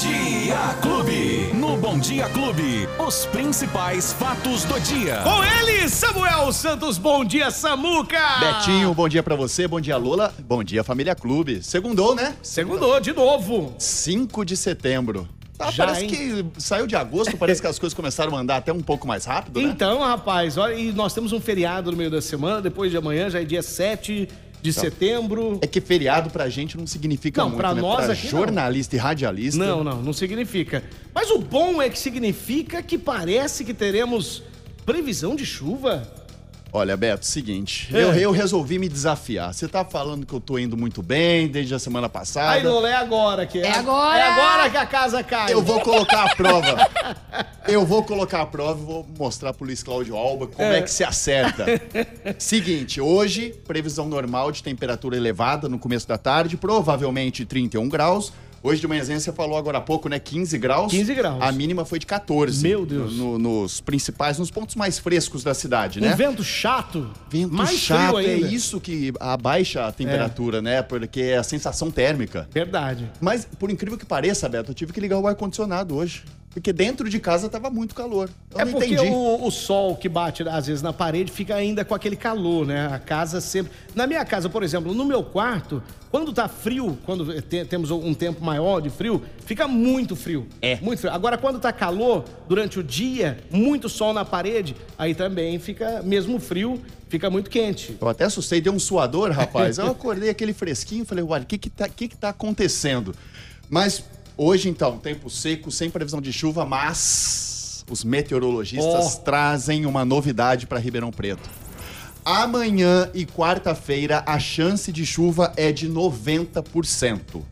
Dia Clube. No Bom Dia Clube, os principais fatos do dia. Com ele, Samuel Santos. Bom dia, Samuca. Betinho, bom dia pra você, bom dia Lola, bom dia Família Clube. Segundou, né? Segundou de novo. 5 de setembro. Tá, Já, parece que saiu de agosto, parece que as coisas começaram a andar até um pouco mais rápido, né? Então, rapaz, olha, e nós temos um feriado no meio da semana, depois de amanhã já é dia 7 de setembro. É que feriado pra gente não significa Não, muito, pra né? nós pra aqui não. jornalista e radialista. Não, não, não significa. Mas o bom é que significa que parece que teremos previsão de chuva. Olha, Beto, seguinte, É. eu, eu resolvi me desafiar. Você tá falando que eu tô indo muito bem desde a semana passada. Aí, Lola, é agora que é. É agora! É agora que a casa cai. Eu vou colocar a prova. Eu vou colocar a prova e vou mostrar pro Luiz Cláudio Alba como é. que se acerta. Seguinte, hoje, previsão normal de temperatura elevada no começo da tarde, provavelmente 31 graus. Hoje de manhãzinha você falou agora há pouco, né? 15 graus. 15 graus. A mínima foi de 14. Meu Deus. No- nos principais, nos pontos mais frescos da cidade, Um né? vento chato. Vento mais frio chato, ainda. é isso que abaixa a temperatura, né? Porque é a sensação térmica. Verdade. Mas, por incrível que pareça, Beto, eu tive que ligar o ar-condicionado hoje. Porque dentro de casa tava muito calor. Eu é não porque entendi. o, o sol que bate às vezes na parede fica ainda com aquele calor, né? A casa sempre. Na minha casa, por exemplo, no meu quarto, quando tá frio, quando te- temos um tempo maior de frio, fica muito frio. É. Muito frio. Agora, quando tá calor, durante o dia, muito sol na parede, aí também fica, mesmo frio, fica muito quente. Eu até assustei, deu um suador, rapaz. Eu acordei aquele fresquinho e falei, uai, o que que tá, que que tá acontecendo? Mas hoje, então, tempo seco, sem previsão de chuva, mas os meteorologistas Ó. trazem uma novidade para Ribeirão Preto. Amanhã e quarta-feira, a chance de chuva é de 90%.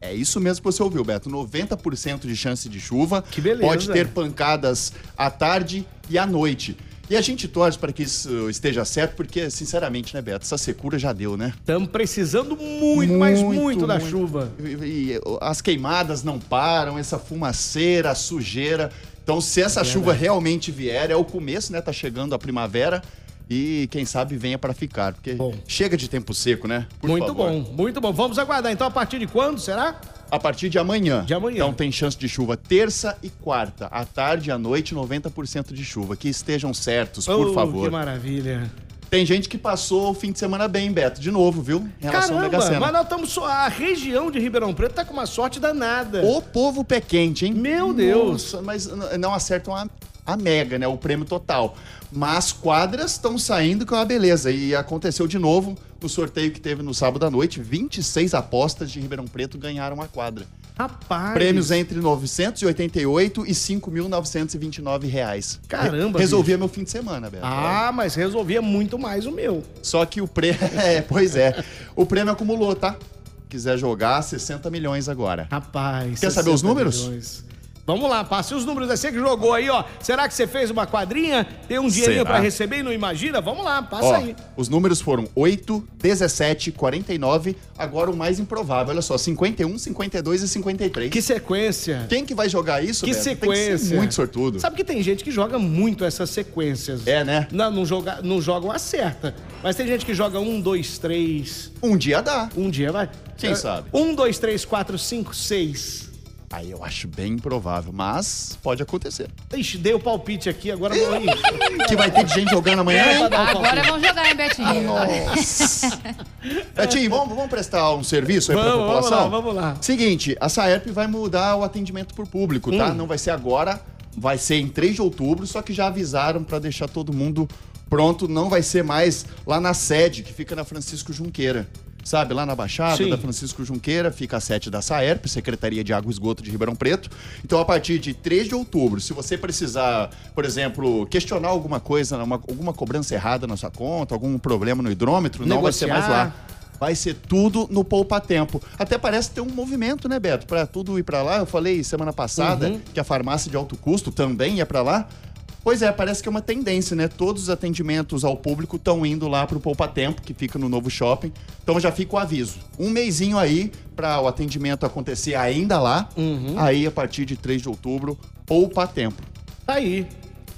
É isso mesmo que você ouviu, Beto. 90% de chance de chuva. Que beleza. né? Pode ter pancadas à tarde e à noite. E a gente torce para que isso esteja certo, porque, sinceramente, né, Beto, essa secura já deu, né? Estamos precisando muito, mas muito, da chuva. E, e, as queimadas não param, essa fumaceira, a sujeira. Então, se essa É chuva realmente vier, é o começo, né? Tá chegando a primavera e quem sabe venha para ficar, porque Bom. chega de tempo seco, né? Por muito favor. bom, muito bom. Vamos aguardar. Então, a partir de quando será? A partir de amanhã. De amanhã. Então tem chance de chuva terça e quarta. À tarde e à noite, 90% de chuva. Que estejam certos, por Oh, Que favor. maravilha. Tem gente que passou o fim de semana bem, Beto, de novo, viu? Em relação ao Mega Caramba, mas Sena. nós estamos só. A região de Ribeirão Preto tá com uma sorte danada. O povo pé quente, hein? Meu Deus. Nossa, mas n- não acertam a, a mega, né? O prêmio total. Mas quadras estão saindo com uma beleza. E aconteceu de novo no sorteio que teve no sábado à noite. 26 apostas de Ribeirão Preto ganharam a quadra. Rapaz. Prêmios entre 988 e 5.929 reais. Caramba, Resolvia meu fim de semana, Beto. Ah, mas resolvia muito mais o meu. Só que o prêmio... É, pois é. O prêmio acumulou, tá? Quiser jogar, 60 milhões agora. Rapaz. Quer saber os 60 números? milhões. Vamos lá, passe os números. É você que jogou aí, ó. Será que você fez uma quadrinha? Tem um dinheirinho Será? pra receber e não imagina? Vamos lá, passa Ó, aí. os números foram 8, 17, 49, agora o mais improvável. Olha só, 51, 52 e 53. Que sequência. Quem que vai jogar isso, Que Beto? sequência. Tem que ser muito sortudo. Sabe que tem gente que joga muito essas sequências. É, né? Não, não joga, não joga o acerta. Mas tem gente que joga um, dois, três. Um dia dá. Um dia vai. Quem É, sabe? Um, dois, três, quatro, cinco, seis. Aí eu acho bem improvável, mas pode acontecer. Ixi, dei o palpite aqui, agora não aí. Que vai ter de gente jogando amanhã, hein? Pra dar o Agora palpite. vão jogar, hein, Betinho? Nossa! Betinho, vamos, vamos prestar um serviço aí pra Vamos, vamos população? lá, vamos lá. Seguinte, a Saerp vai mudar o atendimento por público, tá? Não vai ser agora, vai ser em 3 de outubro, só que já avisaram pra deixar todo mundo pronto, não vai ser mais lá na sede, que fica na Francisco Junqueira. Sabe, lá na Baixada Sim. da Francisco Junqueira, fica a sede da Saerp, Secretaria de Água e Esgoto de Ribeirão Preto. Então, a partir de 3 de outubro, se você precisar, por exemplo, questionar alguma coisa, uma- alguma cobrança errada na sua conta, algum problema no hidrômetro, não vai ser mais lá. Negociar. Vai ser tudo no Poupa Tempo. Até parece ter um movimento, né, Beto? Pra tudo ir pra lá. Eu falei semana passada Uhum. que a farmácia de alto custo também ia pra lá. Pois é, parece que é uma tendência, né? Todos os atendimentos ao público estão indo lá pro Poupa Tempo, que fica no novo shopping. Então já fica o aviso. Um mêsinho aí pra o atendimento acontecer Uhum. ainda lá. Aí, a partir de 3 de outubro, Poupa Tempo. Tá aí.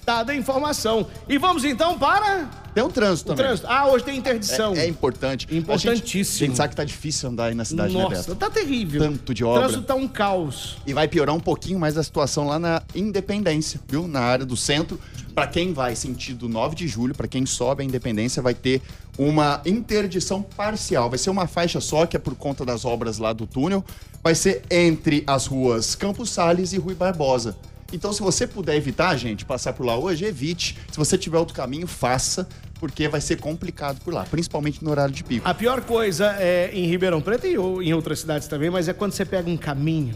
Dada a informação. E vamos então para Tem um trânsito o também. trânsito. Ah, hoje tem É- interdição. É, importante. A gente, a Importantíssimo. gente sabe que tá difícil andar aí na cidade, né, Nossa, Beto? tá terrível. Tanto de obra. O trânsito tá um caos. E vai piorar um pouquinho mais a situação lá na Independência, viu? Na área do centro. Pra quem vai sentido 9 de julho, pra quem sobe a Independência, vai ter uma interdição parcial. Vai ser uma faixa só, que é por conta das obras lá do túnel. Vai ser entre as ruas Campos Sales e Rui Barbosa. Então, se você puder evitar, gente, passar por lá hoje, evite. Se você tiver outro caminho, faça, porque vai ser complicado por lá, principalmente no horário de pico. A pior coisa é em Ribeirão Preto e ou- em outras cidades também, mas é quando você pega um caminho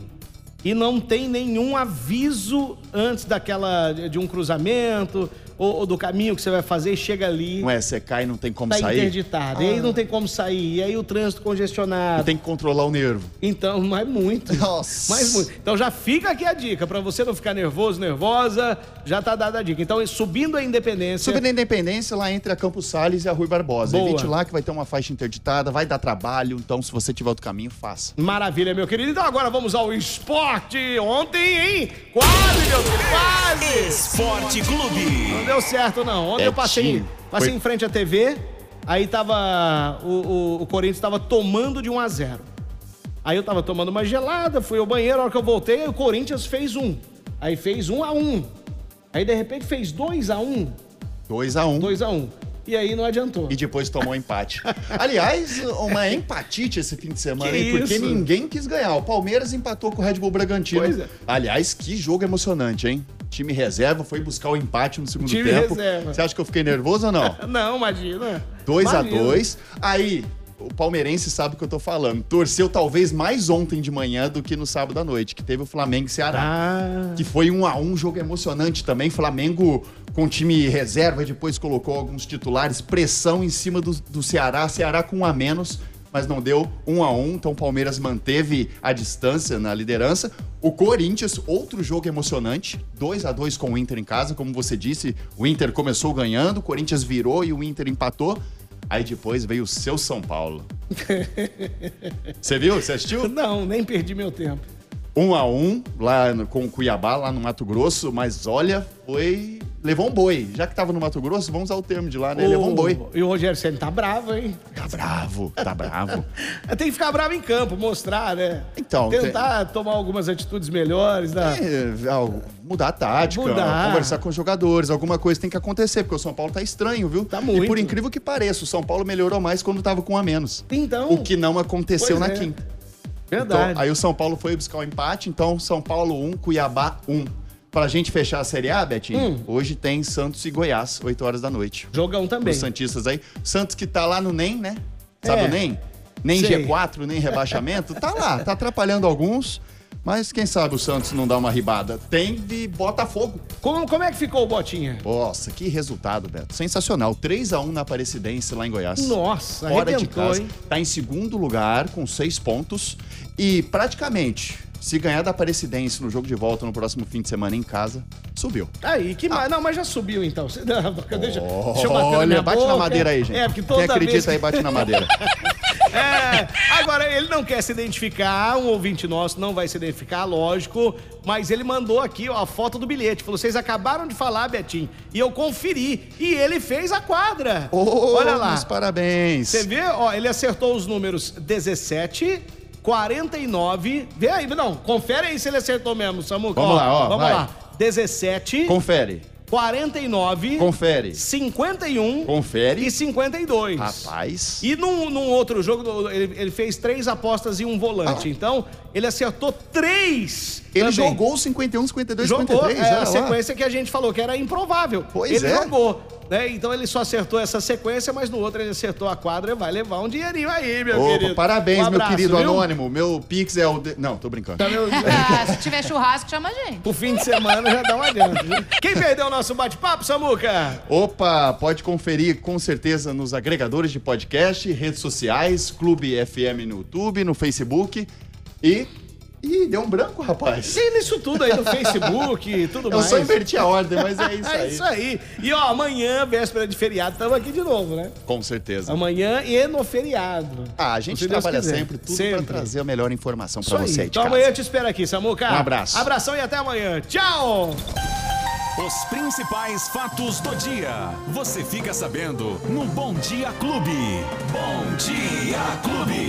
e não tem nenhum aviso antes daquela de um cruzamento ou, ou do caminho que você vai fazer e chega ali, Não é, você cai e não tem como tá sair. Ah. interditado. E aí não tem como sair, e aí o trânsito congestionado. Tem que controlar o nervo. Então, não é muito. Nossa. Mas muito. Então já fica aqui a dica, pra você não ficar nervoso, nervosa, já tá dada a dica. Então, subindo a independência. Subindo a Independência, lá entre a Campos Salles e a Rui Barbosa. Boa. Evite lá que vai ter uma faixa interditada, vai dar trabalho, então se você tiver outro caminho, faça. Maravilha, meu querido. Então agora vamos ao esporte. Ontem, hein? Quase, meu querido, quase! Esporte Clube. Não deu certo, não. Ontem eu passei, Certinho. passei Foi- em frente à TV, aí tava. O, o- o Corinthians tava tomando de 1 a 0 Aí eu tava tomando uma gelada, fui ao banheiro, a hora que eu voltei, o Corinthians fez um. Aí fez 1 a 1 Aí de repente fez 2 a 1 2 a 1 um, 2 a 1 E aí não adiantou. e depois tomou um empate. Aliás, uma empatite esse fim de semana, Que hein? Porque isso? ninguém quis ganhar. O Palmeiras empatou com o Red Bull Bragantino. Pois é. Aliás, que jogo emocionante, hein? Time reserva foi buscar o empate no segundo Time tempo. reserva. Você acha que eu fiquei nervoso ou não? Não, imagina. 2 a Imagina. 2 Aí, o palmeirense sabe o que eu tô falando. Torceu talvez mais ontem de manhã do que no sábado à noite, que teve o Flamengo e Ceará. Ah. Que foi um a um jogo emocionante também. Flamengo com time reserva, depois colocou alguns titulares, pressão em cima do, do Ceará. Ceará com um a menos, mas não deu um a um. Então o Palmeiras manteve a distância na liderança. O Corinthians, outro jogo emocionante, 2 a 2 com o Inter em casa, como você disse, o Inter começou ganhando, o Corinthians virou e o Inter empatou. Aí depois veio o seu São Paulo. Você viu? Você assistiu? Não, nem perdi meu tempo. um a um lá no- com o Cuiabá, lá no Mato Grosso, mas olha, foi. Levou um boi. Já que tava no Mato Grosso, vamos usar o termo de lá, né? Levou um boi. O- E o Rogério Senna tá bravo, hein? Tá bravo, tá bravo. Tem que ficar bravo em campo, mostrar, né? Então, Tentar tomar algumas atitudes melhores. Né? É, algo- mudar a tática, Mudar. conversar com os jogadores, alguma coisa tem que acontecer, porque o São Paulo tá estranho, viu? Tá muito. E por incrível que pareça, o São Paulo melhorou mais quando tava com um a menos. Então, O que não aconteceu Pois na é. quinta. verdade. Então, aí o São Paulo foi buscar o empate, então São Paulo 1, Cuiabá 1. Pra gente fechar a Série A, Betinho, hoje tem Santos e Goiás, 8 horas da noite. Jogão também. Os Santistas aí. Santos que tá lá no NEM, né? Sabe É. o NEM? Nem Sei. G4, nem rebaixamento. Tá lá, tá atrapalhando alguns. Mas quem sabe o Santos não dá uma ribada. Tem de Botafogo. Como, como é que ficou o Botinha? Nossa, que resultado, Beto. Sensacional. 3 a 1 na Aparecidense lá em Goiás. Nossa, Fora de arrebentou, casa. hein? Tá em segundo lugar com seis pontos. E praticamente, se ganhar da Aparecidense no jogo de volta no próximo fim de semana em casa, subiu. Aí, que mais? Não, mas já subiu então. Você- Não, deixa, deixa eu bater na minha Ah. Olha, bate na boca. madeira aí, gente. É, porque Quem toda acredita vez... aí, bate na madeira. É, agora, ele não quer se identificar, um ouvinte nosso não vai se identificar, lógico, mas ele mandou aqui ó, a foto do bilhete. Falou: vocês acabaram de falar, Betinho, e eu conferi. E ele fez a quadra. Ô, Olha lá. meus parabéns. Você vê, ó, ele acertou os números 17, 49. Vê aí, não, confere aí se ele acertou mesmo, Samuca. Vamos lá, ó, Vamos vai. lá. 17, Confere, 49, confere, 51 confere. e 52. Rapaz. E num, num outro jogo, do- ele, ele fez três apostas e um volante. Então, ele acertou três. Ah. Ele também. jogou 51, 52, Jogou 53. é, olha a lá. sequência que a gente falou que era improvável. Pois ele é. jogou. Né? Então ele só acertou essa sequência, mas no outro ele acertou a quadra e vai levar um dinheirinho aí, meu Opa, querido. parabéns, Um abraço, meu querido viu? Tá, anônimo. Meu Pix é o. de- Não, tô brincando. Ah, se tiver churrasco, chama a gente. Pro fim de semana já dá um adianto. viu? Quem perdeu o nosso bate-papo, Samuca? Opa, pode conferir com certeza nos agregadores de podcast, redes sociais, Clube FM no YouTube, no Facebook e. Ih, deu um branco, rapaz. Sim, nisso tudo aí no Facebook e tudo Eu mais. só inverti a ordem, mas é isso É aí. isso aí. E ó, amanhã, véspera de feriado, estamos aqui de novo, né? Com certeza. Amanhã e no feriado. Ah, a gente Se Deus trabalha quiser. sempre tudo Sempre. pra trazer a melhor informação Isso pra aí. você aí de Então casa. amanhã eu te espero aqui, Samuca. Um abraço. Abração e até amanhã. Tchau! Os principais fatos do dia. Você fica sabendo no Bom Dia Clube. Bom Dia Clube.